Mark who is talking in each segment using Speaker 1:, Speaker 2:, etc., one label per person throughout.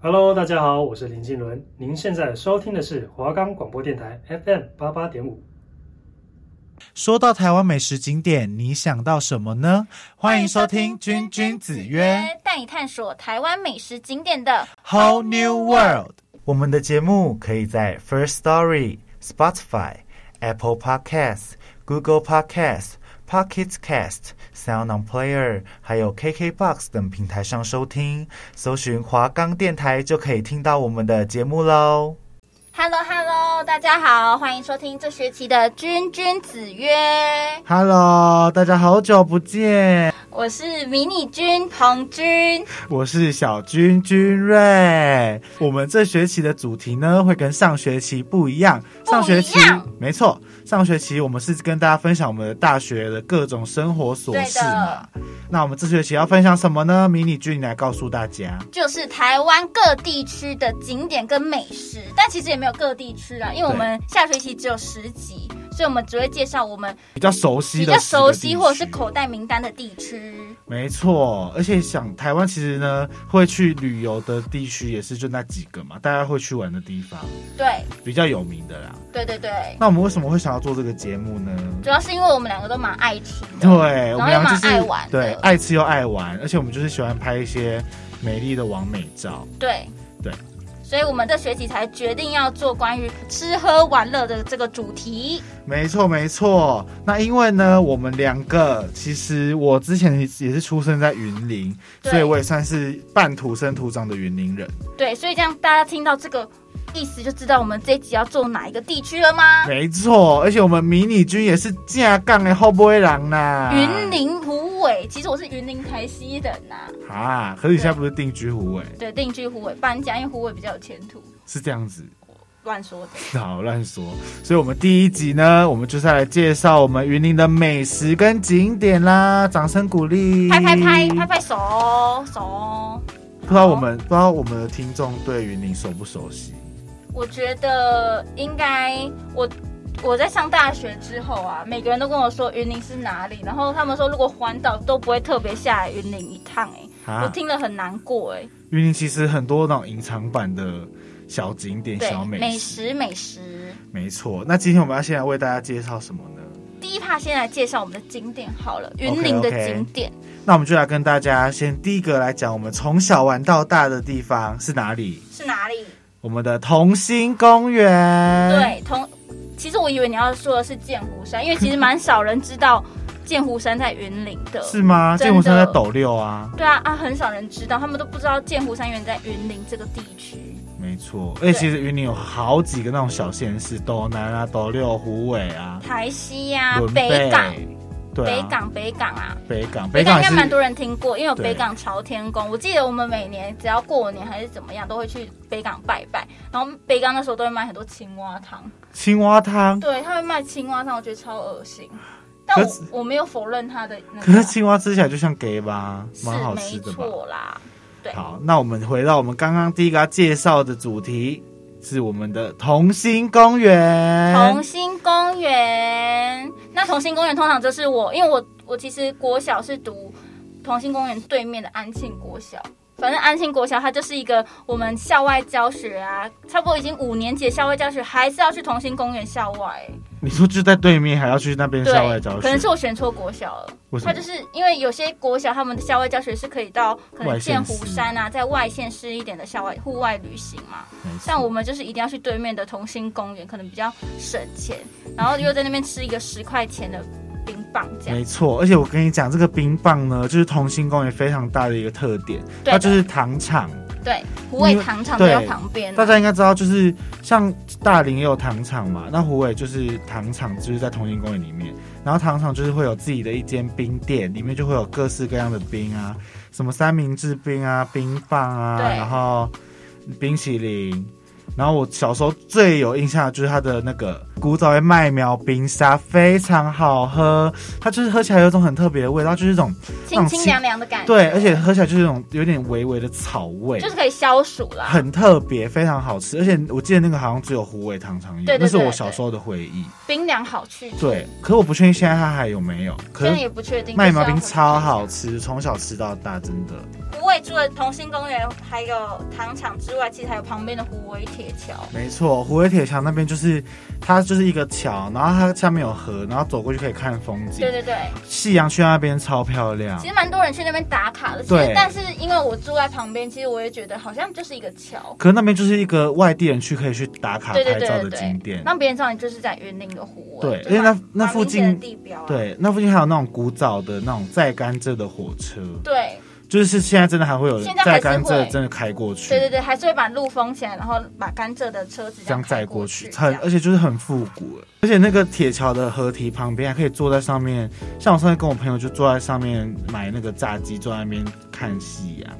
Speaker 1: Hello，大家好，我是林静伦。您现在收听的是华冈广播电台 FM 八八点五。
Speaker 2: 说到台湾美食景点，你想到什么呢？欢迎收听《君君子约》，
Speaker 3: 带你探索台湾美食景点的
Speaker 2: Whole New World。
Speaker 4: 我们的节目可以在 First Story、Spotify、Apple Podcasts、Google Podcasts、Pocket Cast、Sound On Player，还有 KKBox 等平台上收听，搜寻华冈电台就可以听到我们的节目喽。
Speaker 3: Hello Hello，大家好，欢迎收听这学期的《君君子约》，
Speaker 4: Hello，大家好久不见，
Speaker 3: 我是迷你君彭君。
Speaker 4: 我是小君君瑞。我们这学期的主题呢，会跟上学期不一样。
Speaker 3: 不一
Speaker 4: 上
Speaker 3: 样
Speaker 4: 学期没错，上学期我们是跟大家分享我们的大学的各种生活琐事嘛。那我们这学期要分享什么呢？迷你君你来告诉大家。
Speaker 3: 就是台湾各地区的景点跟美食，但其实也没有各地区啊啦，因为我们下学期只有十集，所以我们只会介绍我们
Speaker 4: 比较熟悉
Speaker 3: 比
Speaker 4: 的，
Speaker 3: 较熟悉或者是口袋名单的地区。
Speaker 4: 没错，而且想台湾其实呢，会去旅游的地区也是就那几个嘛，大家会去玩的地方，
Speaker 3: 对
Speaker 4: 比较有名的啦。
Speaker 3: 对对对，
Speaker 4: 那我们为什么会想要做这个节目呢？
Speaker 3: 主要是因为我们两个都蛮爱吃的，
Speaker 4: 对，我
Speaker 3: 然
Speaker 4: 们
Speaker 3: 后又
Speaker 4: 俩就
Speaker 3: 蛮
Speaker 4: 是
Speaker 3: 爱玩的，
Speaker 4: 对爱吃又爱玩，而且我们就是喜欢拍一些美丽的完美照。
Speaker 3: 对
Speaker 4: 对，
Speaker 3: 所以我们这学期才决定要做关于吃喝玩乐的这个主题。
Speaker 4: 没错，没错。那因为呢，我们两个其实我之前也是出生在云林，
Speaker 3: 对
Speaker 4: 所以我也算是半土生土长的云林人。
Speaker 3: 对，所以这样大家听到这个意思就知道我们这一集要做哪一个地区了吗？
Speaker 4: 没错，而且我们迷你君也是架杠的后不会狼啦。
Speaker 3: 云林虎尾，其实我是云林台西人呐、
Speaker 4: 啊，可是你现在不是定居虎尾，
Speaker 3: 对，定居虎尾搬家，因为虎尾比较有前途，
Speaker 4: 是这样子。
Speaker 3: 乱说的。
Speaker 4: 好乱说，所以我们第一集呢，我们就是要来介绍我们云林的美食跟景点啦，掌声鼓励！
Speaker 3: 拍拍拍拍！拍手手，
Speaker 4: 不知道我们不知道我们的听众对云林熟不熟悉？
Speaker 3: 我觉得应该我。我在上大学之后啊，每个人都跟我说云林是哪里，然后他们说如果环岛都不会特别下来云林一趟、欸，我
Speaker 4: 啊，
Speaker 3: 听了很难过哎、
Speaker 4: 云林其实很多那种隐藏版的小景点、
Speaker 3: 对，
Speaker 4: 小美
Speaker 3: 美
Speaker 4: 食，
Speaker 3: 食美食。
Speaker 4: 没错。那今天我们要先来为大家介绍什么呢？
Speaker 3: 第一趴先来介绍我们的景点好了，云林的
Speaker 4: OK，OK
Speaker 3: 景点
Speaker 4: 那我们就来跟大家先第一个来讲，我们从小玩到大的地方是哪里？
Speaker 3: 是哪里？
Speaker 4: 我们的童心公园。，
Speaker 3: 对，同其实我以为你要说的是剑湖山，因为其实蛮少人知道剑湖山在云林的。
Speaker 4: 是吗？
Speaker 3: 真的
Speaker 4: 建湖山在斗六啊。
Speaker 3: 对啊啊，很少人知道，他们都不知道剑湖山原来在云林这个地区。
Speaker 4: 没错，而且其实云林有好几个那种小县市，斗南啊、斗六、虎尾啊、
Speaker 3: 台西呀、
Speaker 4: 仑背
Speaker 3: 北港、
Speaker 4: 对、
Speaker 3: 北
Speaker 4: 啊、、
Speaker 3: 港、北港啊，
Speaker 4: 北港、
Speaker 3: 北港
Speaker 4: 港也
Speaker 3: 应该
Speaker 4: 是
Speaker 3: 蛮多人听过，因为有
Speaker 4: 对
Speaker 3: 北港朝天宫。我记得我们每年只要过年还是怎么样，都会去北港拜拜。然后北港那时候都会卖很多青蛙汤，
Speaker 4: 青蛙汤，
Speaker 3: 对，啊他会卖青蛙汤，我觉得超恶心。但
Speaker 4: 可
Speaker 3: 我
Speaker 4: 是
Speaker 3: 我没有否认它的那
Speaker 4: 可
Speaker 3: 个
Speaker 4: 是青蛙吃起来就像给吧，
Speaker 3: 是
Speaker 4: 蛮好
Speaker 3: 没
Speaker 4: 吃的吧。
Speaker 3: 错啦。对，
Speaker 4: 好，那我们回到我们刚刚第一个要介绍的主题，是我们的童心公园
Speaker 3: 同。心公园，那同心公园通常就是我，因为我我其实国小是读同心公园对面的安庆国小。反正安庆国小它就是一个我们校外教学啊，差不多已经五年级的校外教学，还是要去同心公园校外、
Speaker 4: 你说就在对面，还要去那边校外
Speaker 3: 对
Speaker 4: 教，学，
Speaker 3: 可能是我选错国小了。
Speaker 4: 为什
Speaker 3: 它
Speaker 4: 么？
Speaker 3: 就是因为有些国小他们的校外教学是可以到可能
Speaker 4: 外县
Speaker 3: 剑
Speaker 4: 市
Speaker 3: 湖山啊，在外县市一点的校外户外旅行嘛。
Speaker 4: 没错
Speaker 3: 像我们就是一定要去对面的同心公园，可能比较省钱，然后又在那边吃一个十块钱的冰棒这样。
Speaker 4: 没错，而且我跟你讲，这个冰棒呢，就是童心公园非常大的一个特点，
Speaker 3: 对
Speaker 4: 它
Speaker 3: 的
Speaker 4: 嗯就是糖厂。
Speaker 3: 对，虎尾
Speaker 4: 因为
Speaker 3: 糖厂就在
Speaker 4: 对
Speaker 3: 旁边啊。
Speaker 4: 大家应该知道，就是像大林也有糖厂嘛，那虎尾就是糖厂，就是在同心公园里面。然后糖厂就是会有自己的一间冰店，里面就会有各式各样的冰啊，什么三明治冰啊、冰棒啊，
Speaker 3: 对
Speaker 4: 然后冰淇淋。然后我小时候最有印象的就是它的那个古早味麦苗冰沙非常好喝，它就是喝起来有一种很特别的味道，就是一种
Speaker 3: 清清凉凉的感觉。
Speaker 4: 对，而且喝起来就是一种有点微微的草味，
Speaker 3: 就是可以消暑啦。
Speaker 4: 很特别，非常好吃。而且我记得那个好像只有虎尾糖厂有，
Speaker 3: 对对对
Speaker 4: 那是我小时候的回忆。
Speaker 3: 冰凉好去，
Speaker 4: 对，可是我不确定现在它还有没有。可
Speaker 3: 现在
Speaker 4: 是
Speaker 3: 也不确定。
Speaker 4: 麦
Speaker 3: 就是
Speaker 4: 苗
Speaker 3: 要
Speaker 4: 冰
Speaker 3: 回
Speaker 4: 超
Speaker 3: 去
Speaker 4: 好吃，从小吃到大，真的。
Speaker 3: 虎尾除了同心公园还有糖厂之外，其实还有旁边的虎尾铁桥。
Speaker 4: 没错，虎尾铁桥那边就是它就是一个桥，然后它下面有河，然后走过去可以看风景
Speaker 3: 对。对对，
Speaker 4: 夕阳区那边超漂亮
Speaker 3: 其，实蛮多人去那边打卡的。其
Speaker 4: 对
Speaker 3: 实，但是因为我住在旁边，其实我也觉得好像就是一个桥。
Speaker 4: 可是那边就是一个外地人去可以去打卡
Speaker 3: 对对
Speaker 4: 拍
Speaker 3: 对
Speaker 4: 照
Speaker 3: 对
Speaker 4: 的景
Speaker 3: 对
Speaker 4: 点，。
Speaker 3: 让别人知道你就是在云林的湖尾。啊
Speaker 4: 对
Speaker 3: 就蛮
Speaker 4: 因为那那
Speaker 3: 蛮
Speaker 4: 附
Speaker 3: 明显
Speaker 4: 近
Speaker 3: 的地标、啊。
Speaker 4: 对，那附近还有那种古早的那种载甘蔗的火车，
Speaker 3: 对
Speaker 4: 就是现在真的还会有人
Speaker 3: 现在还
Speaker 4: 载
Speaker 3: 是
Speaker 4: 甘蔗
Speaker 3: 会
Speaker 4: 真的开过去，
Speaker 3: 对对对，还是会把路封起来，然后把甘蔗的车子
Speaker 4: 这样载
Speaker 3: 载
Speaker 4: 过去
Speaker 3: 去，，这
Speaker 4: 很呃
Speaker 3: 样
Speaker 4: 而且就是很复古，而且那个铁桥的河堤旁边还可以坐在上面，像我上次跟我朋友就坐在上面买那个炸鸡，坐在那边看夕阳，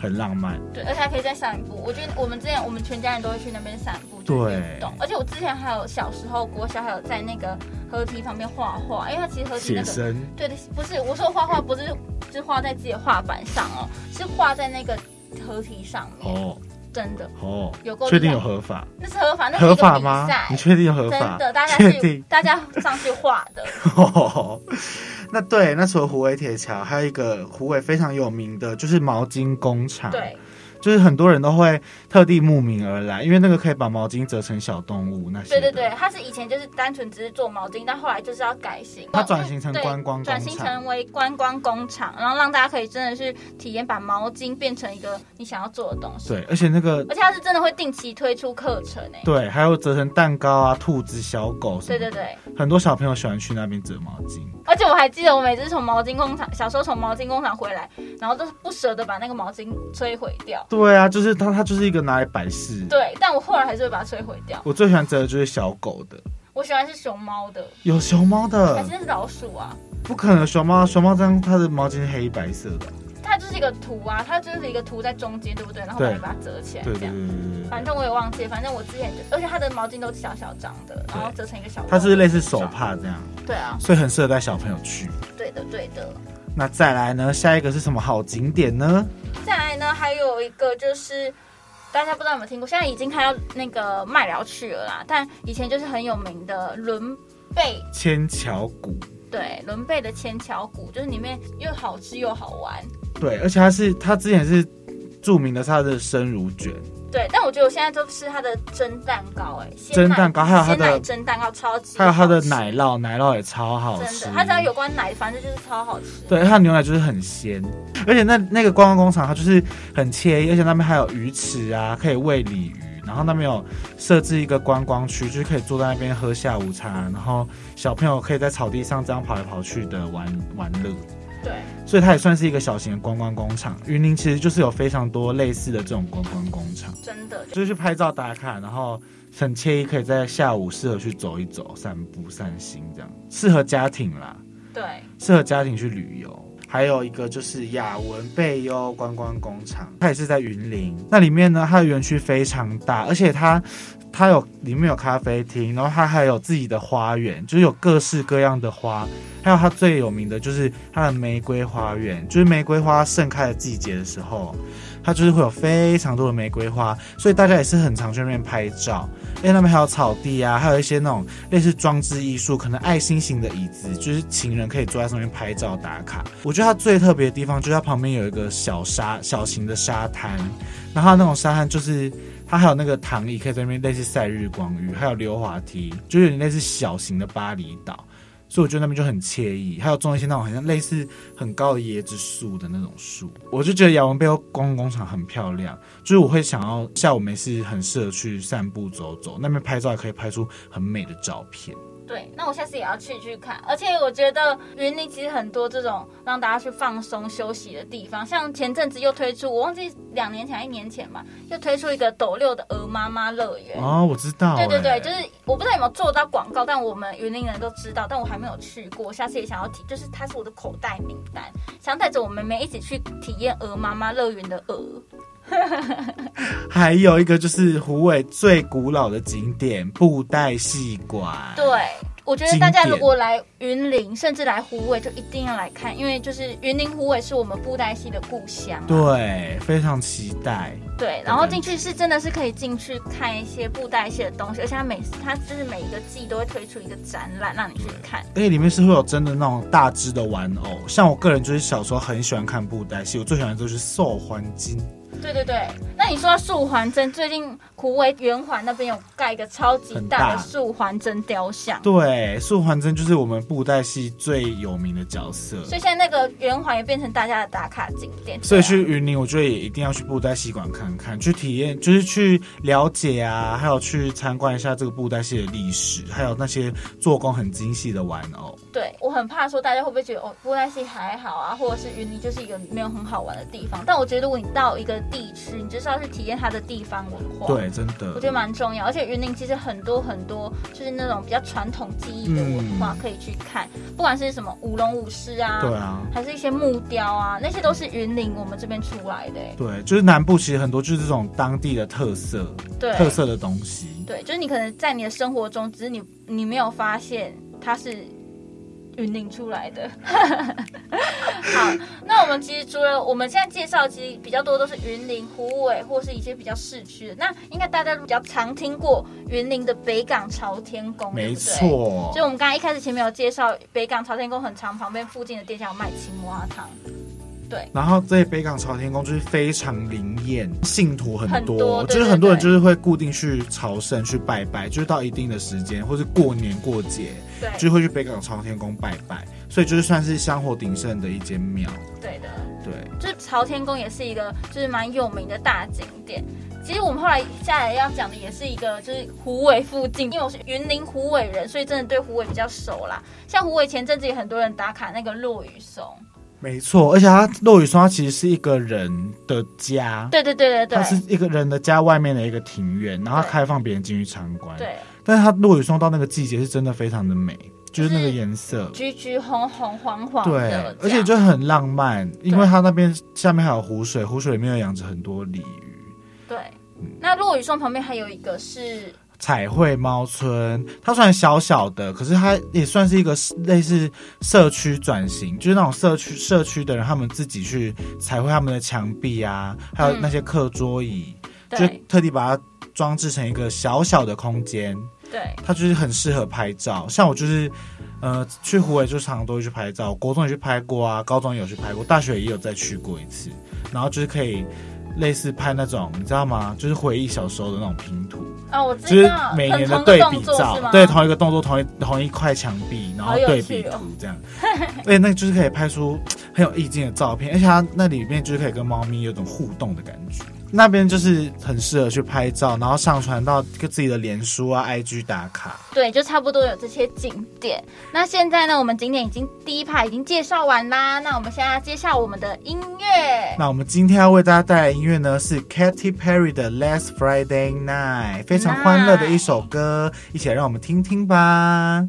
Speaker 4: 很浪漫。
Speaker 3: 对，而且还可以再散步。我觉得我们之前我们全家人都会去那边散步，就
Speaker 4: 对
Speaker 3: 运动。而且我之前还有小时候国小还有在那个河堤旁边画画，因为它其实河堤
Speaker 4: 写
Speaker 3: 那个
Speaker 4: 生
Speaker 3: 对的，不是我说画画不是是画在自己的画板上哦，是画在那个河堤上面，
Speaker 4: 哦
Speaker 3: 真的
Speaker 4: 哦
Speaker 3: 有够，
Speaker 4: 确定
Speaker 3: 厉害
Speaker 4: 有合法？
Speaker 3: 那是合法，那是一
Speaker 4: 合
Speaker 3: 个
Speaker 4: 法
Speaker 3: 比
Speaker 4: 吗？你
Speaker 3: 赛。
Speaker 4: 确定有合法
Speaker 3: 真？的，大家
Speaker 4: 确
Speaker 3: 去
Speaker 4: 定。哦
Speaker 3: 大家上去画的，
Speaker 4: 那对，那除了虎尾铁桥，还有一个虎尾非常有名的就是毛巾工厂，，
Speaker 3: 对，
Speaker 4: 就是很多人都会特地慕名而来，因为那个可以把毛巾折成小动物那些。
Speaker 3: 对对对，。它是以前就是单纯只是做毛巾，但后来就是要改型，
Speaker 4: 它转型成
Speaker 3: 对
Speaker 4: 观光工
Speaker 3: 转型
Speaker 4: 厂
Speaker 3: 成为观光工厂，然后让大家可以真的去体验把毛巾变成一个你想要做的东西，
Speaker 4: 对，而且那个
Speaker 3: 而且它是真的会定期推出课程诶、
Speaker 4: 对，还有折成蛋糕啊、兔子、小狗什
Speaker 3: 对
Speaker 4: 么的。
Speaker 3: 对对，
Speaker 4: 很多小朋友喜欢去那边折毛巾。
Speaker 3: 而且我还记得我每次从毛巾工厂，小时候从毛巾工厂回来，然后都是不舍得把那个毛巾摧毁掉。
Speaker 4: 对啊，就是它，它就是一个拿来摆饰。
Speaker 3: 对，但我后来还是会把它摧毁掉。
Speaker 4: 我最喜欢折的就是小狗的，
Speaker 3: 我喜欢是熊猫的，
Speaker 4: 有熊猫
Speaker 3: 还
Speaker 4: 的
Speaker 3: 是，那是老鼠啊？
Speaker 4: 不可能熊猫，熊猫这样它的毛巾是黑白色的。
Speaker 3: 它就是一个图啊，它就是一个图在中间，对不对？然后把
Speaker 4: 对
Speaker 3: 你把它折起来，
Speaker 4: 对
Speaker 3: 这
Speaker 4: 对
Speaker 3: 样
Speaker 4: 对。对对
Speaker 3: 反正我也忘记，反正我之前就，而且它的毛巾都是小小张的，然后折成一个小。
Speaker 4: 它是类似手。帕这样，
Speaker 3: 对啊，
Speaker 4: 所以很适合带小朋友去。
Speaker 3: 对的，对的。
Speaker 4: 那再来呢？下一个是什么好景点呢？
Speaker 3: 再来呢，还有一个就是大家不知道有没有听过，现在已经开到那个麦寮去了啦，但以前就是很有名的伦贝，
Speaker 4: 千桥谷。
Speaker 3: 对，伦贝的千桥谷，就是里面又好吃又好玩。
Speaker 4: 对，而且它是它之前是著名的是它的生乳卷，
Speaker 3: 对，但我觉得我现在都吃它的蒸蛋糕、哎，鲜
Speaker 4: 蒸
Speaker 3: 奶
Speaker 4: 蛋糕还有它
Speaker 3: 鲜
Speaker 4: 的
Speaker 3: 奶蒸蛋糕超级好吃，
Speaker 4: 还有它的奶酪，奶酪也超好
Speaker 3: 真
Speaker 4: 吃。
Speaker 3: 的，它只要有关奶，反正就是超好吃。
Speaker 4: 对，它的牛奶就是很鲜，而且那那个观光工厂它就是很惬意，而且那边还有鱼池啊，可以喂鲤鱼。然后那边有设置一个观光区，就是可以坐在那边喝下午茶，然后小朋友可以在草地上这样跑来跑去的玩玩乐，
Speaker 3: 对。
Speaker 4: 所以它也算是一个小型的观光工厂。云林其实就是有非常多类似的这种观光工厂，
Speaker 3: 真的，
Speaker 4: 就是去拍照打卡，然后很惬意，可以在下午适合去走一走、散步散心这样，适合家庭啦。
Speaker 3: 对，
Speaker 4: 适合家庭去旅游。还有一个就是雅文贝优观光工厂，它也是在云林，那里面呢，它的园区非常大，而且它它有里面有咖啡厅，然后它还有自己的花园，就是有各式各样的花，还有它最有名的就是它的玫瑰花园，就是玫瑰花盛开的季节的时候，它就是会有非常多的玫瑰花，所以大家也是很常去那边拍照，因为那边还有草地啊，还有一些那种类似装置艺术，可能爱心型的椅子，就是情人可以坐在上面拍照打卡。我觉得它最特别的地方就是它旁边有一个小沙小型的沙滩，然后它那种沙滩就是它还有那个躺椅可以在那边类似晒日光浴，还有溜滑梯，就有点类似小型的巴厘岛。所以我觉得那边就很惬意，还有种一些那种好像类似很高的椰子树的那种树，我就觉得雅文贝欧公共工厂很漂亮，就是我会想要下午没事很适合去散步走走，那边拍照也可以拍出很美的照片。
Speaker 3: 对，那我下次也要去去看。而且我觉得云林其实很多这种让大家去放松休息的地方，像前阵子又推出，我忘记两年前还一年前吧，又推出一个斗六的鹅妈妈乐园。
Speaker 4: 哦，我知道、
Speaker 3: 对对
Speaker 4: 哎
Speaker 3: 对，就是我不知道有没有做到广告，但我们云林人都知道，但我还没有去过，下次也想要体，就是它是我的口袋名单，想带着我妹妹一起去体验鹅妈妈乐园的鹅。
Speaker 4: 还有一个就是虎尾最古老的景点布袋戏馆。
Speaker 3: 对，我觉得大
Speaker 4: 经
Speaker 3: 家
Speaker 4: 典
Speaker 3: 如果来云林，甚至来虎尾，就一定要来看，因为就是云林虎尾是我们布袋戏的故乡啊、
Speaker 4: 对，非常期待。
Speaker 3: 对，然后进去是真的是可以进去看一些布袋戏的东西，而且它每它就是每一个季都会推出一个展览让你去看。
Speaker 4: 而且哎里面是会有真的那种大只的玩偶，像我个人就是小时候很喜欢看布袋戏，我最喜欢的就是寿环金，
Speaker 3: 对对对，那你说到素环针，最近虎尾圆环那边有盖一个超级大
Speaker 4: 很大
Speaker 3: 的素环针雕像，
Speaker 4: 对，素环真就是我们布袋戏最有名的角色，
Speaker 3: 所以现在那个圆环也变成大家的打卡景点。
Speaker 4: 所以去
Speaker 3: 对啊
Speaker 4: 云林，我觉得也一定要去布袋戏馆看看，去体验，就是去了解啊，还有去参观一下这个布袋戏的历史，还有那些做工很精细的玩偶。
Speaker 3: 对我很怕说大家会不会觉得哦，布袋戏还好啊，或者是云林就是一个没有很好玩的地方。但我觉得如果你到一个地区，你就是要去体验它的地方文化。。
Speaker 4: 对，真的，
Speaker 3: 我觉得蛮重要，而且云林其实很多很多就是那种比较传统技艺的文化可以去看，不管是什么舞龙舞狮啊，
Speaker 4: 对啊。
Speaker 3: 还是一些木雕啊，那些都是云林我们这边出来的、欸。
Speaker 4: 对，就是南部其实很多就是这种当地的特色、
Speaker 3: 对，
Speaker 4: 特色的东西。
Speaker 3: 对，就是你可能在你的生活中，只是你你没有发现它是云林出来的。 好，那我们其实除了我们现在介绍，其实比较多都是云林、虎尾或是一些比较市区的。那应该大家比较常听过云林的北港朝天宫，对
Speaker 4: 没
Speaker 3: 不对。
Speaker 4: 错
Speaker 3: 所以，，我们刚刚一开始前面有介绍，北港朝天宫很长，旁边附近的店家有卖青蛙汤，
Speaker 4: 然后这北港朝天宫就是非常灵验，信徒很
Speaker 3: 很
Speaker 4: 多，
Speaker 3: 多
Speaker 4: 就
Speaker 3: 对
Speaker 4: 是
Speaker 3: 对
Speaker 4: 很多人
Speaker 3: 对
Speaker 4: 就是会固定去朝圣、去拜拜，就是到一定的时间或是过年过节，
Speaker 3: 对，
Speaker 4: 就会去北港朝天宫拜拜，所以就是算是香火鼎盛的一间庙。
Speaker 3: 对的。
Speaker 4: 对，
Speaker 3: 就是朝天宫也是一个就是蛮有名的大景点。其实我们后来下来要讲的也是一个，就是虎尾附近，因为我是云林虎尾人，所以真的对虎尾比较熟啦。像虎尾前阵子也很多人打卡那个落雨松，
Speaker 4: 没错，而且它落雨松它其实是一个人的家，
Speaker 3: 对对对对
Speaker 4: 它是
Speaker 3: 对，
Speaker 4: 一个人的家外面的一个庭院，然后它
Speaker 3: 对
Speaker 4: 开放别人进去参观。，
Speaker 3: 对，
Speaker 4: 但是它落雨松到那个季节是真的非常的美，就是那个
Speaker 3: 就是
Speaker 4: 颜色。
Speaker 3: 橘橘红红黄黄
Speaker 4: 对
Speaker 3: 的，，
Speaker 4: 而且
Speaker 3: 这样
Speaker 4: 就很浪漫，因为
Speaker 3: 对
Speaker 4: 它那边下面还有湖水，湖水里面有养着很多鲤鱼。
Speaker 3: 对。那落雨松旁边还有一个是，
Speaker 4: 彩绘猫村，它虽然小小的，可是它也算是一个类似社区转型，就是那种社区社区的人他们自己去彩绘他们的墙壁啊，还有那些课桌椅，就
Speaker 3: 嗯对
Speaker 4: 特地把它装置成一个小小的空间，
Speaker 3: 对
Speaker 4: 它就是很适合拍照。像我就是，呃，去湖北就常常都会去拍照，国中也去拍过啊，高中也有去拍过，大学也有再去过一次，然后就是可以类似拍那种你知道吗？就是回忆小时候的那种拼图。
Speaker 3: 哦，我
Speaker 4: 就
Speaker 3: 知
Speaker 4: 是
Speaker 3: 道，
Speaker 4: 每
Speaker 3: 很
Speaker 4: 年的
Speaker 3: 同
Speaker 4: 对
Speaker 3: 个动
Speaker 4: 比
Speaker 3: 作
Speaker 4: 照
Speaker 3: 是吗？，
Speaker 4: 对同一个动作，同一同一块墙壁，然后
Speaker 3: 好有
Speaker 4: 对比
Speaker 3: 趣
Speaker 4: 图
Speaker 3: 哦
Speaker 4: 这 样，而且那个就是可以拍出很有意境的照片，而且它那里面就是可以跟猫咪有种互动的感觉。那边就是很适合去拍照，然后上传到自己的脸书啊、IG 打卡。
Speaker 3: 对，就差不多有这些景点。那现在呢，我们景点已经第一趴已经介绍完啦。那我们现在要介绍我们的音乐。
Speaker 4: 那我们今天要为大家带来音乐呢，是 Katy Perry 的《Last Friday Night》，非常欢乐的一首歌，一起来让我们听听吧。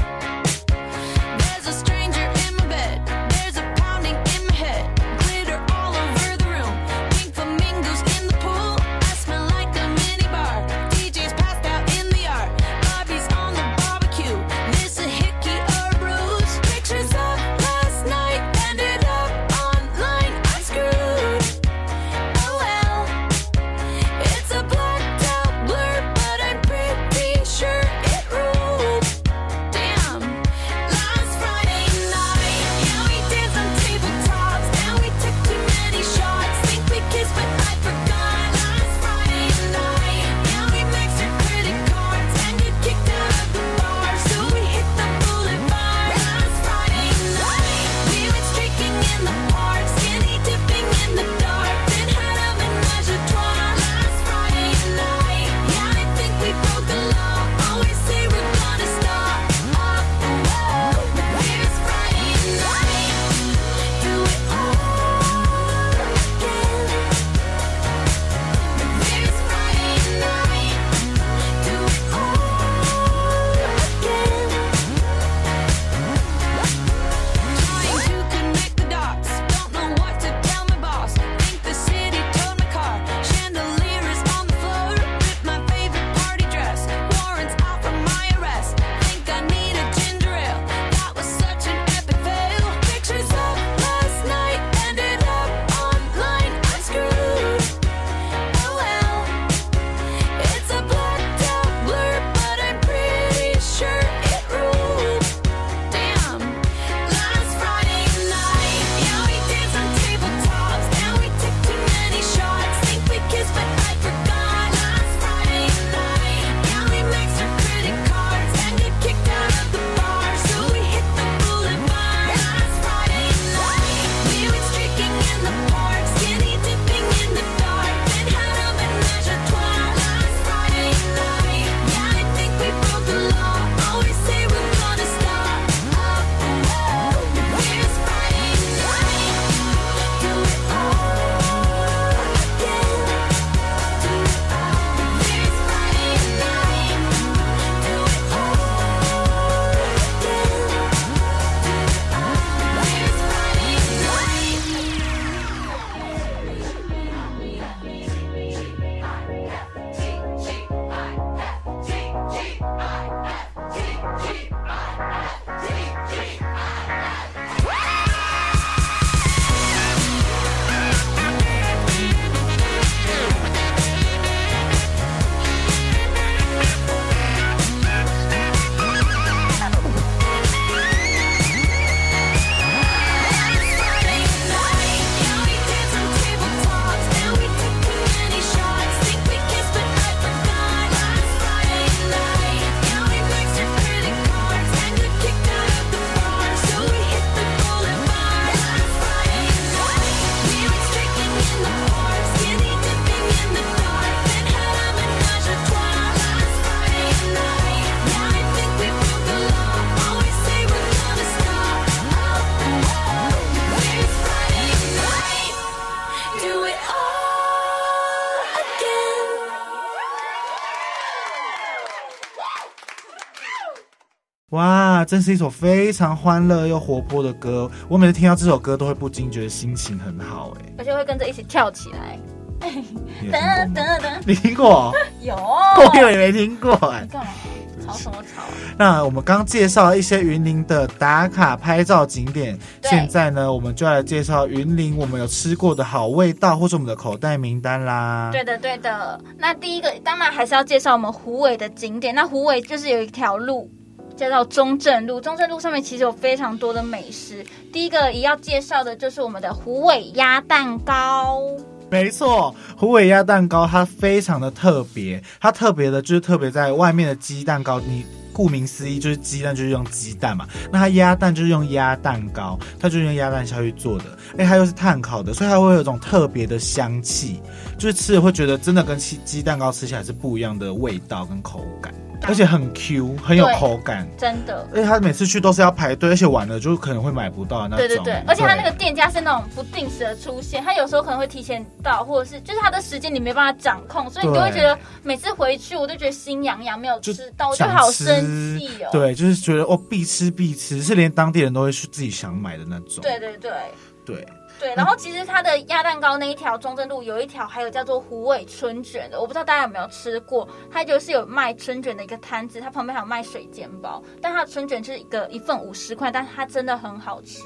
Speaker 5: There's a stranger in my bed. There's a pounding in my head. Glitter all over the room. Pink flamingos in the pool. I smell like a minibar. DJ's passed out in the yard. Bobby's on the barbecue. This a hickey or a bruise. Pictures of last night ended up online. I'm screwed. Oh well. Oh, Oh,
Speaker 4: 哇，真是一首非常欢乐又活泼的歌。我每次听到这首歌，都会不禁觉得心情很好、欸。
Speaker 3: 而且会跟着一起跳起来。
Speaker 4: 哎，你有听
Speaker 3: 等等
Speaker 4: 过吗？
Speaker 3: 等等，
Speaker 4: 你听过？
Speaker 3: 有。
Speaker 4: 我以为没听过、哎
Speaker 3: 你。干嘛？吵什么吵？
Speaker 4: 那我们刚介绍了一些云林的打卡拍照景点，
Speaker 3: 对
Speaker 4: 现在呢，我们就要来介绍云林我们有吃过的好味道，或者我们的口袋名单啦。
Speaker 3: 对的，对的。那第一个当然还是要介绍我们虎尾的景点。那虎尾就是有一条路叫做中正路，中正路上面其实有非常多的美食。第一个也要介绍的就是我们的虎尾鸭蛋糕，
Speaker 4: 没错，虎尾鸭蛋糕它非常的特别，它特别的就是特别在外面的鸡蛋糕，你顾名思义就是鸡蛋就是用鸡蛋嘛，那它鸭蛋就是用鸭蛋糕，它就是用鸭蛋下去做的，哎，它又是碳烤的，所以它会有一种特别的香气，就是吃了会觉得真的跟鸡鸡蛋糕吃起来是不一样的味道跟口感，而且很 Q，很有
Speaker 3: 对
Speaker 4: 口感。
Speaker 3: 真的。
Speaker 4: 而且他每次去都是要排队，而且晚了就可能会买不到那种。
Speaker 3: 对对对，而且他那个
Speaker 4: 对
Speaker 3: 店家是那种不定时的出现，他有时候可能会提前到，或者是就是他的时间你没办法掌控，所以你就会觉得每次回去我就觉得心痒痒，没有
Speaker 4: 就
Speaker 3: 吃哦到，我就
Speaker 4: 想
Speaker 3: 好
Speaker 4: 吃
Speaker 3: 生气哦。
Speaker 4: 对，就是觉得哦，必吃必吃，是连当地人都会去自己想买的那种。
Speaker 3: 对对对
Speaker 4: 对，
Speaker 3: 对，然后其实它的鸭蛋糕那一条中正路有一条，还有叫做虎尾春卷的，我不知道大家有没有吃过，它就是有卖春卷的一个摊子，它旁边还有卖水煎包，但它的春卷就是一个一份五十块，但它真的很好吃。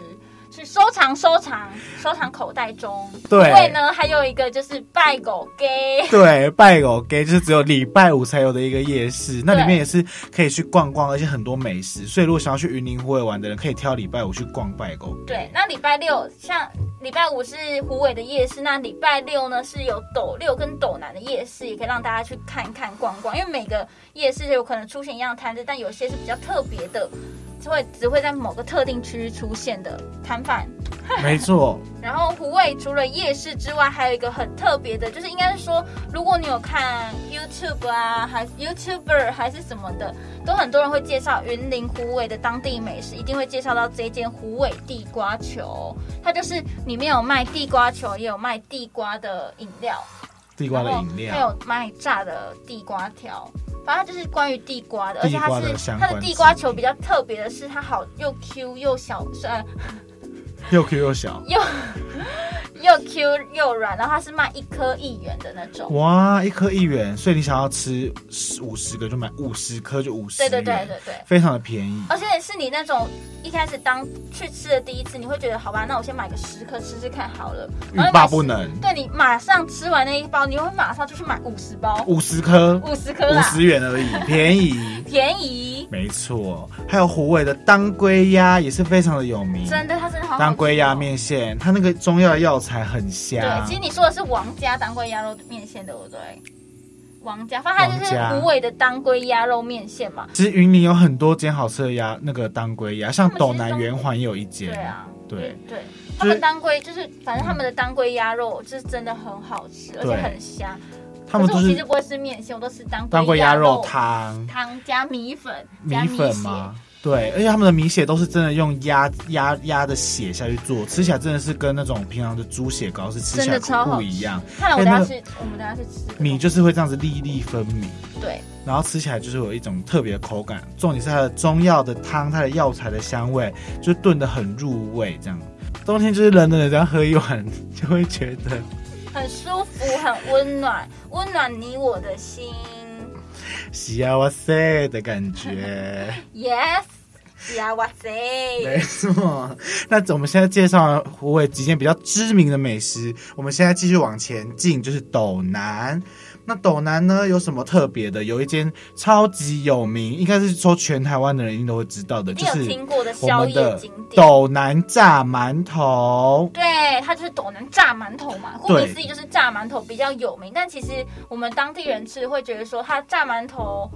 Speaker 3: 去收藏收藏收藏口袋中，
Speaker 4: 对
Speaker 3: 因为呢，还有一个就是拜狗 gay，
Speaker 4: 对，拜狗街就是只有礼拜五才有的一个夜市，那里面也是可以去逛逛，而且很多美食。所以如果想要去云林湖尾玩的人，可以挑礼拜五去逛拜 狗街。
Speaker 3: 对，那礼拜六像礼拜五是虎尾的夜市，那礼拜六呢是有斗六跟斗南的夜市，也可以让大家去看看逛逛，因为每个夜市有可能出现一样的摊子，但有些是比较特别的，就会只会在某个特定区域出现的摊贩。
Speaker 4: 没错，
Speaker 3: 然后虎尾除了夜市之外，还有一个很特别的，就是应该是说，如果你有看 YouTube 啊，还 YouTuber 还是什么的，都很多人会介绍云林虎尾的当地美食，一定会介绍到这间虎尾地瓜球，它就是里面有卖地瓜球，也有卖地瓜的饮料，
Speaker 4: 地
Speaker 3: 地
Speaker 4: 瓜的饮
Speaker 3: 还
Speaker 4: 料，
Speaker 3: 有卖炸的地瓜条。反正它就是关于地瓜的，而
Speaker 4: 地
Speaker 3: 且
Speaker 4: 瓜
Speaker 3: 它
Speaker 4: 的
Speaker 3: 是
Speaker 4: 相
Speaker 3: 它
Speaker 4: 关
Speaker 3: 的地瓜
Speaker 4: 资
Speaker 3: 球
Speaker 4: 讯
Speaker 3: 比较特别的是，它好又 Q 又小，呃，
Speaker 4: 又 Q 又小。
Speaker 3: 又 又 Q 又软，然后它是卖一颗一元的那种。
Speaker 4: 哇，一颗一元，所以你想要吃五十个就买五十颗就五十
Speaker 3: 对
Speaker 4: 元，
Speaker 3: 对对对对，
Speaker 4: 非常的便宜。
Speaker 3: 而且是你那种一开始当去吃的第一次，你会觉得好吧，那我先买个十颗吃吃看好了。
Speaker 4: 欲
Speaker 3: 然后你买
Speaker 4: 罢不
Speaker 3: 10
Speaker 4: 能
Speaker 3: 对你马上吃完那一包，你会马上就去买五十包，
Speaker 4: 五十颗，
Speaker 3: 五十颗
Speaker 4: 五
Speaker 3: 啦，
Speaker 4: 十元而已，便宜。
Speaker 3: 便宜，
Speaker 4: 没错，还有虎尾的当归鸭也是非常的有名，
Speaker 3: 真的，它真的好好吃哦
Speaker 4: 当归鸭。面线，它那个中药的药材很香。
Speaker 3: 对，其实你说的是王家当归鸭肉面线，对不对？王家，反正它就是
Speaker 4: 王家
Speaker 3: 虎尾的当归鸭肉面线嘛。
Speaker 4: 其实云林有很多间好吃的鸭，那个当归鸭，像
Speaker 3: 他们其实
Speaker 4: 斗南
Speaker 3: 都
Speaker 4: 圆环也有一间。
Speaker 3: 对啊，
Speaker 4: 对
Speaker 3: 对，他们当归就是，反正他们的当归鸭肉就是真的很好吃，而且很香。
Speaker 4: 他们
Speaker 3: 可
Speaker 4: 都
Speaker 3: 是我其实
Speaker 4: 是
Speaker 3: 不会吃面线，我都吃当
Speaker 4: 当归
Speaker 3: 鸭
Speaker 4: 鸭肉汤、
Speaker 3: 汤加米粉，加
Speaker 4: 米粉
Speaker 3: 血
Speaker 4: 嘛。对，而且他们的米血都是真的用鸭鸭鸭的血下去做，吃起来真的是跟那种平常的猪血糕是吃起
Speaker 3: 真的
Speaker 4: 来
Speaker 3: 超好
Speaker 4: 不一样，
Speaker 3: 看来我
Speaker 4: 哎
Speaker 3: 等下
Speaker 4: 那个
Speaker 3: 去，我们等下去吃这个。
Speaker 4: 米就是会这样子粒粒分明。
Speaker 3: 对，
Speaker 4: 然后吃起来就是有一种特别的口感，重点是它的中药的汤，它的药材的香味，就炖得很入味，这样。冬天就是冷冷的，这样喝一碗就会觉得。
Speaker 3: 很舒服，很温暖，温暖你我的心。
Speaker 4: 喜啊哇塞的感觉，
Speaker 3: Yes，呀哇塞！
Speaker 4: 没错。那我们现在介绍了湖北几间比较知名的美食，我们现在继续往前进，就是斗南。那斗南呢有什么特别的？有一间超级有名，应该是说全台湾的人一定都会知道的，
Speaker 3: 一
Speaker 4: 就
Speaker 3: 定有
Speaker 4: 是
Speaker 3: 听过的
Speaker 4: 我
Speaker 3: 宵
Speaker 4: 们
Speaker 3: 夜
Speaker 4: 的
Speaker 3: 景点。
Speaker 4: 斗南炸馒头。
Speaker 3: 对，它就是斗南炸馒头嘛，顾名思义就是炸馒头比较有名，但其实我们当地人吃会觉得说它炸馒头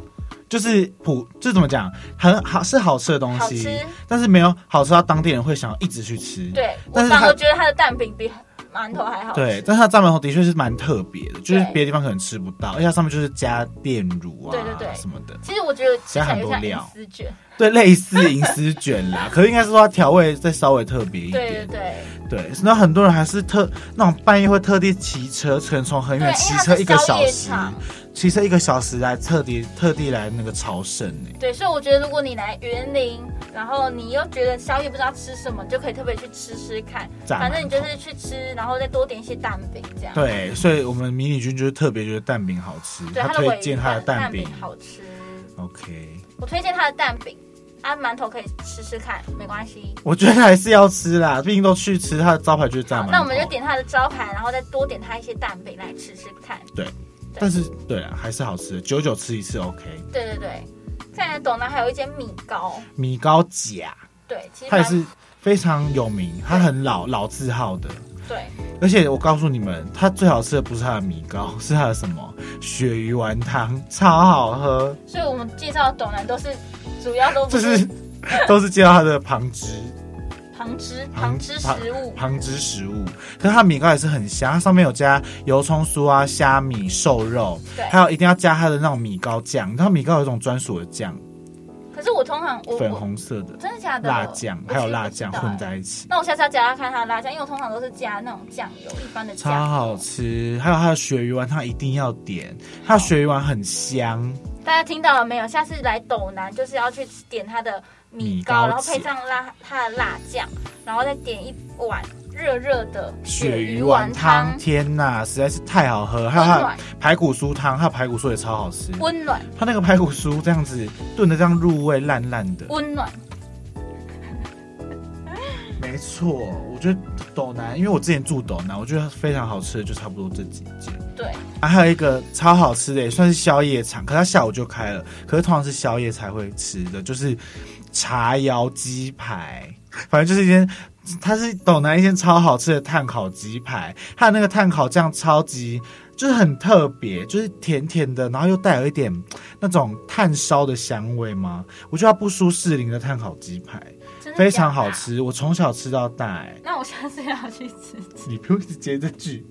Speaker 4: 就是普，这怎么讲，很好是好吃的东
Speaker 3: 好
Speaker 4: 西
Speaker 3: 吃，
Speaker 4: 但是没有好吃到当地人会想要一直去吃。
Speaker 3: 对，我
Speaker 4: 但是
Speaker 3: 反
Speaker 4: 它
Speaker 3: 而觉得它的蛋饼比馒头还好吃。
Speaker 4: 对，但是它炸馒头的确是蛮特别的，就是
Speaker 3: 对
Speaker 4: 别的地方可能吃不到，而且它上面就是加炼乳啊，
Speaker 3: 对对对
Speaker 4: 什么的，
Speaker 3: 其实我觉得吃起
Speaker 4: 加
Speaker 3: 来
Speaker 4: 很
Speaker 3: 有
Speaker 4: 多
Speaker 3: 点像
Speaker 4: 料
Speaker 3: 银丝卷，
Speaker 4: 对，类似银丝卷 啦，可是应该是说它调味再稍微特别一
Speaker 3: 对对
Speaker 4: 点，
Speaker 3: 对
Speaker 4: 对，那很多人还是特那种半夜会特地骑车，可能从很
Speaker 3: 对，因为
Speaker 4: 远骑车
Speaker 3: 它
Speaker 4: 一
Speaker 3: 是
Speaker 4: 个
Speaker 3: 宵
Speaker 4: 小
Speaker 3: 夜
Speaker 4: 时，
Speaker 3: 场，
Speaker 4: 骑车一个小时来特地特地来那个朝圣呢、
Speaker 3: 对，所以我觉得如果你来云林，然后你又觉得宵夜不知道吃什么，你就可以特别去吃吃看。
Speaker 4: 炸
Speaker 3: 反正你就
Speaker 4: 馒头
Speaker 3: 是去吃，然后再多点一些蛋饼这样。
Speaker 4: 对，所以我们迷你君就是特别觉得蛋饼好吃，
Speaker 3: 对，
Speaker 4: 他
Speaker 3: 的尾
Speaker 4: 推
Speaker 3: 鱼
Speaker 4: 荐他
Speaker 3: 蛋
Speaker 4: 的蛋饼
Speaker 3: 饼。好吃，
Speaker 4: OK，
Speaker 3: 我推荐他的蛋饼，啊，馒头可以吃吃看，没关系。
Speaker 4: 我觉得还是要吃啦，毕竟都去吃，他的招牌就是炸
Speaker 3: 好
Speaker 4: 馒，头。
Speaker 3: 那我们就点他的招牌，然后再多点他一些蛋饼来吃吃看。
Speaker 4: 但是对啊，还是好吃的，久久吃一次 OK。
Speaker 3: 对对对，看来董南还有一间米糕，
Speaker 4: 米糕甲，
Speaker 3: 对，其实
Speaker 4: 它也
Speaker 3: 蛮
Speaker 4: 是非常有名，它很老老字号的。
Speaker 3: 对，
Speaker 4: 而且我告诉你们，它最好吃的不是它的米糕， 是它的什么鳕鱼丸汤，超好喝。
Speaker 3: 所以我们介绍的董南都是主要都 哦不
Speaker 4: 就是是都是介绍它的旁枝
Speaker 3: 旁枝
Speaker 4: 旁
Speaker 3: 旁枝食物，
Speaker 4: 旁枝食物，可是它的米糕也是很香，它上面有加油葱酥啊、虾米、瘦肉，
Speaker 3: 对。
Speaker 4: 还有一定要加它的那种米糕酱，它米糕有一种专属的酱，
Speaker 3: 可是我通常我
Speaker 4: 粉
Speaker 3: 我
Speaker 4: 红色的
Speaker 3: 真的假的
Speaker 4: 辣酱，
Speaker 3: 我
Speaker 4: 还有
Speaker 3: 其实
Speaker 4: 辣
Speaker 3: 不知
Speaker 4: 酱
Speaker 3: 道
Speaker 4: 混
Speaker 3: 欸
Speaker 4: 在一起。
Speaker 3: 那我下次要加看它的辣酱，因为我通常都是加那种酱油，一般的酱油。
Speaker 4: 超好吃，还有它的鳕鱼丸，它一定要点，它的鳕鱼丸很香，
Speaker 3: 大家听到了没有？下次来斗南就是要去点它的
Speaker 4: 米
Speaker 3: 米糕，
Speaker 4: 糕
Speaker 3: 然后配上辣它的辣酱，然后再点一碗热热的
Speaker 4: 鳕鱼丸汤，天哪，实在是太好喝，还有它
Speaker 3: 温
Speaker 4: 的
Speaker 3: 暖
Speaker 4: 排骨酥汤，它的排骨酥也超好吃，
Speaker 3: 温暖
Speaker 4: 它那个排骨酥这样子炖的这样入味，烂烂的，
Speaker 3: 温暖。
Speaker 4: 没错，我觉得斗南，因为我之前住斗南，我觉得非常好吃的就差不多这几间。
Speaker 3: 对，
Speaker 4: 啊，还有一个超好吃的，也算是宵夜场，可它下午就开了，可是通常是宵夜才会吃的，就是茶窑鸡排， 反正就是一间，它是斗南一间超好吃的炭烤鸡排，它的那个炭烤酱超级。就是很特别，就是甜甜的，然后又带有一点那种炭烧的香味吗？我觉得它不输士林的炭烤鸡排，
Speaker 3: 真的
Speaker 4: 非常好
Speaker 3: 假的啊。
Speaker 4: 吃。我从小吃到大、欸，
Speaker 3: 那我下次要去吃。
Speaker 4: 你不用一直接这句。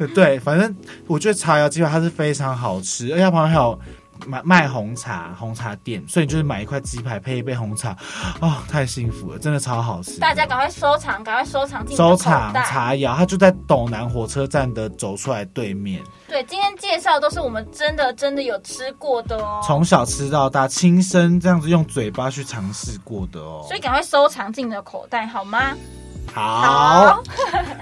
Speaker 4: 呃对，反正我觉得茶窑鸡排它是非常好吃，而且它旁边还有卖卖红茶，红茶店，所以你就是买一块鸡排配一杯红茶，哦，太幸福了，真的超好吃的。
Speaker 3: 大家赶快收藏，赶快收藏进你的
Speaker 4: 收
Speaker 3: 口
Speaker 4: 藏
Speaker 3: 袋
Speaker 4: 茶窑，它就在斗南火车站的走出来对面，
Speaker 3: 对，今天介绍都是我们真的真的有吃过的哦，
Speaker 4: 从小吃到大，亲身这样子用嘴巴去尝试过的哦。
Speaker 3: 所以赶快收藏进你的口袋好吗？
Speaker 4: 好，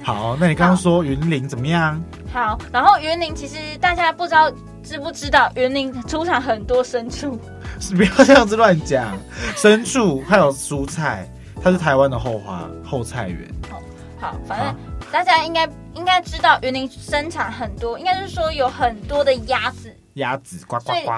Speaker 4: 好，那你刚刚说云林怎么样？
Speaker 3: 好，然后云林其实大家不知道知不知道，云林出产很多牲畜，
Speaker 4: 是 不要这样子乱讲。牲畜还有蔬菜，它是台湾的后花后菜园。
Speaker 3: 好，反正大家应该应该知道，云林生产很多，应该是说有很多的鸭子，
Speaker 4: 鸭子呱呱呱，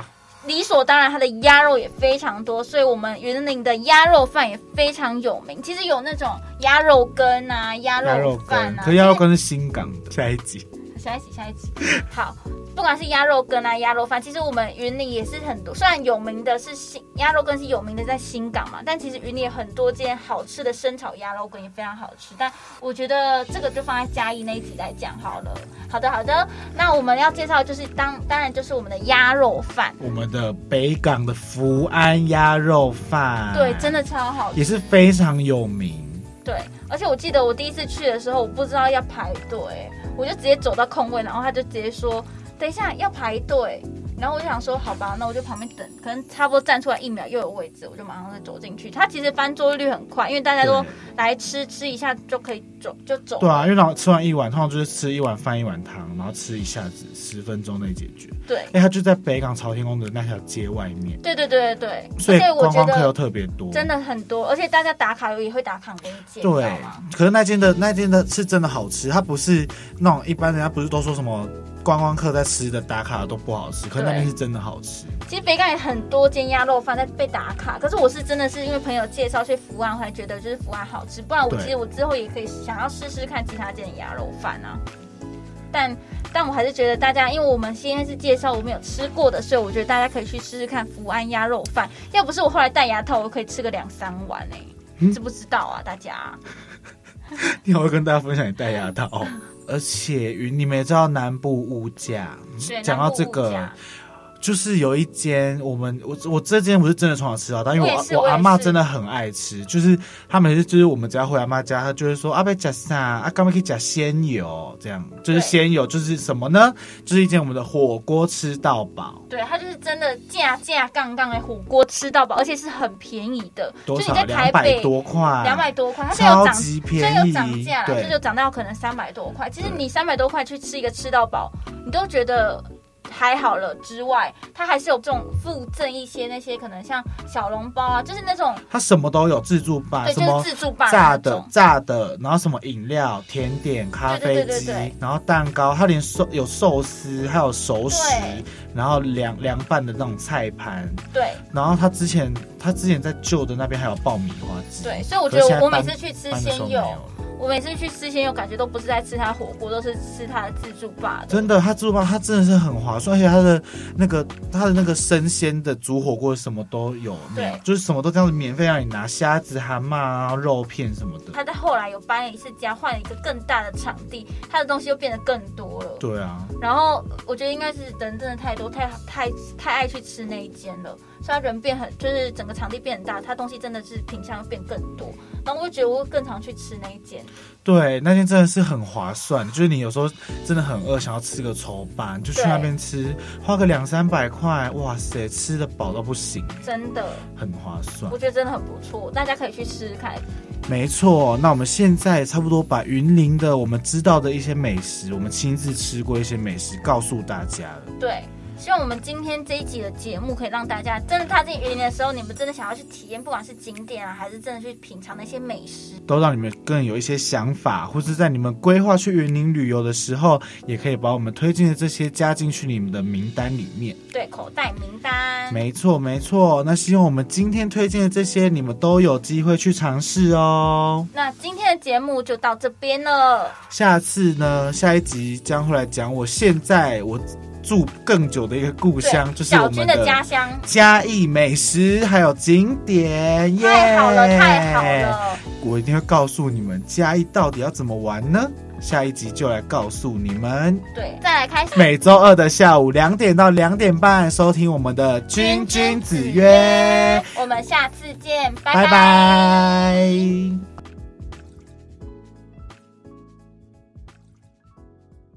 Speaker 3: 理所当然它的鸭肉也非常多，所以我们云林的鸭肉饭也非常有名。其实有那种鸭肉羹啊、鸭
Speaker 4: 鸭肉
Speaker 3: 肉
Speaker 4: 羹
Speaker 3: 饭，啊，
Speaker 4: 可是鸭肉羹是新港的。下一集
Speaker 3: 下一集，下一集。 好，不管是鸭肉羹啊、鸭肉饭，其实我们云林也是很多，虽然有名的是新鸭肉羹是有名的在新港嘛，但其实云林有很多间好吃的生炒鸭肉羹也非常好吃。但我觉得这个就放在嘉义那一集来讲好了。好的，好的。那我们要介绍的就是当当然就是我们的鸭肉饭，
Speaker 4: 我们的北港的福安鸭肉饭，
Speaker 3: 对，真的超好
Speaker 4: 也
Speaker 3: 吃。
Speaker 4: 是非常有名。
Speaker 3: 对，而且我记得我第一次去的时候，我不知道要排队，我就直接走到空位，然后他就直接说等一下要排队，然后我就想说好吧，那我就旁边等，可能差不多站出来一秒又有位置，我就马上就走进去。他其实翻桌率很快，因为大家都
Speaker 4: 对
Speaker 3: 来吃吃一下就可以走就走。
Speaker 4: 对啊，因为然后吃完一碗，通常就是吃一碗饭一碗汤，然后吃一下子，十分钟内解决。
Speaker 3: 对
Speaker 4: 哎、它就在北港朝天宫的那条街外面，
Speaker 3: 对对对对对，
Speaker 4: 所以
Speaker 3: 而且我
Speaker 4: 观
Speaker 3: 觉
Speaker 4: 光客又
Speaker 3: 得
Speaker 4: 特别多，
Speaker 3: 真的很多，而且大家打卡也会打卡给你介绍
Speaker 4: 对
Speaker 3: 嘛。，
Speaker 4: 可是那间的那间的是真的好吃，它不是那种一般人家不是都说什么观光客在吃的打卡的都不好吃，可是那边是真的好吃。
Speaker 3: 其实北港也很多间鸭肉饭在被打卡，可是我是真的是因为朋友介绍去福安，我才觉得就是福安好吃，不然我
Speaker 4: 对
Speaker 3: 其实我之后也可以想要试试看其他间的鸭肉饭啊。但但我还是觉得大家，因为我们现在是介绍我们有吃过的，所以我觉得大家可以去试试看福安鸭肉饭。要不是我后来戴牙套，我可以吃个两三碗呢、
Speaker 4: 嗯
Speaker 3: 知不知道啊，大家？
Speaker 4: 你好，会跟大家分享你戴牙套，而且云你们也知道南部物价，
Speaker 3: 对
Speaker 4: 讲到这
Speaker 3: 南部物
Speaker 4: 个
Speaker 3: 价，
Speaker 4: 就是有一间我们我我这间不是真的从小吃啊到大，因为
Speaker 3: 我
Speaker 4: 我
Speaker 3: 也是
Speaker 4: 我
Speaker 3: 我也
Speaker 4: 阿妈
Speaker 3: 是
Speaker 4: 真的很爱吃，就是她每次就是我们只要回阿妈家，她就会说阿贝加啥啊，干嘛可以加鲜油这样，就是
Speaker 3: 对
Speaker 4: 鲜油就是什么呢？就是一间我们的火锅吃到饱，
Speaker 3: 对，它就是真的价价杠杠的火锅吃到饱，而且是很便宜的，
Speaker 4: 多
Speaker 3: 就
Speaker 4: 少
Speaker 3: 你在
Speaker 4: 两
Speaker 3: 台
Speaker 4: 百
Speaker 3: 北
Speaker 4: 多块，
Speaker 3: 两百多块，它是有
Speaker 4: 哎超
Speaker 3: 涨，
Speaker 4: 级
Speaker 3: 所
Speaker 4: 便
Speaker 3: 以有
Speaker 4: 宜
Speaker 3: 涨价，，
Speaker 4: 对
Speaker 3: 这就涨到可能三百多块。其实
Speaker 4: 对
Speaker 3: 你三百多块去吃一个吃到饱，你都觉得还好了之外，它还是有这种附赠一些那些可能像小笼包啊，就是那种
Speaker 4: 它什么都有，自助吧，
Speaker 3: 对，
Speaker 4: 啊什
Speaker 3: 就
Speaker 4: 么
Speaker 3: 是自助吧
Speaker 4: 炸
Speaker 3: 那
Speaker 4: 的
Speaker 3: 种、
Speaker 4: 炸的，然后什么饮料、甜点、咖啡
Speaker 3: 对对对
Speaker 4: 机
Speaker 3: 对对，
Speaker 4: 然后蛋糕，它连寿有寿司，还有熟食
Speaker 3: 对，
Speaker 4: 然后凉凉拌的那种菜盘，
Speaker 3: 对
Speaker 4: 然后它之前它之前在旧的那边还有爆米花汁，
Speaker 3: 对，所以我觉
Speaker 4: 可是现
Speaker 3: 得
Speaker 4: 在
Speaker 3: 我每
Speaker 4: 搬
Speaker 3: 次去吃
Speaker 4: 搬的时候
Speaker 3: 鲜
Speaker 4: 没
Speaker 3: 有，
Speaker 4: 有。
Speaker 3: 我每次去吃鲜有，感觉都不是在吃它火锅，都是吃它的自助吧。
Speaker 4: 真的，它自助吧，它真的是很划算，而且它的那个它的那个生鲜的煮火锅什么都有，
Speaker 3: 对
Speaker 4: 没有就是什么都这样子免费让你拿，虾子、蛤蟆啊、肉片什么的。
Speaker 3: 他在后来有搬了一次家，换了一个更大的场地，他的东西又变得更多了。
Speaker 4: 对啊，
Speaker 3: 然后我觉得应该是人真的太多，太太太爱去吃那一间了，所以他人变很，就是整个场地变很大，他东西真的是品相变更多。然后我就觉得我更常去吃那一间，
Speaker 4: 对，那天真的是很划算，就是你有时候真的很饿，想要吃个稠吧，你就去
Speaker 3: 对
Speaker 4: 那边吃，花个两三百块，哇塞，吃的饱到不行，
Speaker 3: 真的，
Speaker 4: 很划算
Speaker 3: 我。觉得真的很不错，大家可以去试试看。
Speaker 4: 没错，那我们现在差不多把云林的我们知道的一些美食，我们亲自吃过一些美食，告诉大家了。
Speaker 3: 对，希望我们今天这一集的节目可以让大家真的踏进云林的时候，你们真的想要去体验，不管是景点啊，还是真的去品尝那些美食。
Speaker 4: 都让你们更有一些想法，或是在你们规划去云林旅游的时候，也可以把我们推荐的这些加进去你们的名单里面。
Speaker 3: 对，口袋名单。
Speaker 4: 没错，没错。那希望我们今天推荐的这些，你们都有机会去尝试哦。
Speaker 3: 那今天的节目就到这边了，
Speaker 4: 下次呢，下一集将会来讲我现在我住更久的一个故
Speaker 3: 对
Speaker 4: 乡，就是
Speaker 3: 小
Speaker 4: 我
Speaker 3: 军
Speaker 4: 们
Speaker 3: 的家乡。
Speaker 4: 嘉义美食还有景点。耶
Speaker 3: 太好了，太好！了！
Speaker 4: 我一定会告诉你们嘉义到底要怎么玩呢？下一集就来告诉你们。
Speaker 3: 对，再来开始。
Speaker 4: 每周二的下午两点到两点半收听我们的《君君子约》，
Speaker 3: 我们下次见，拜
Speaker 4: 拜
Speaker 3: 拜
Speaker 4: 拜。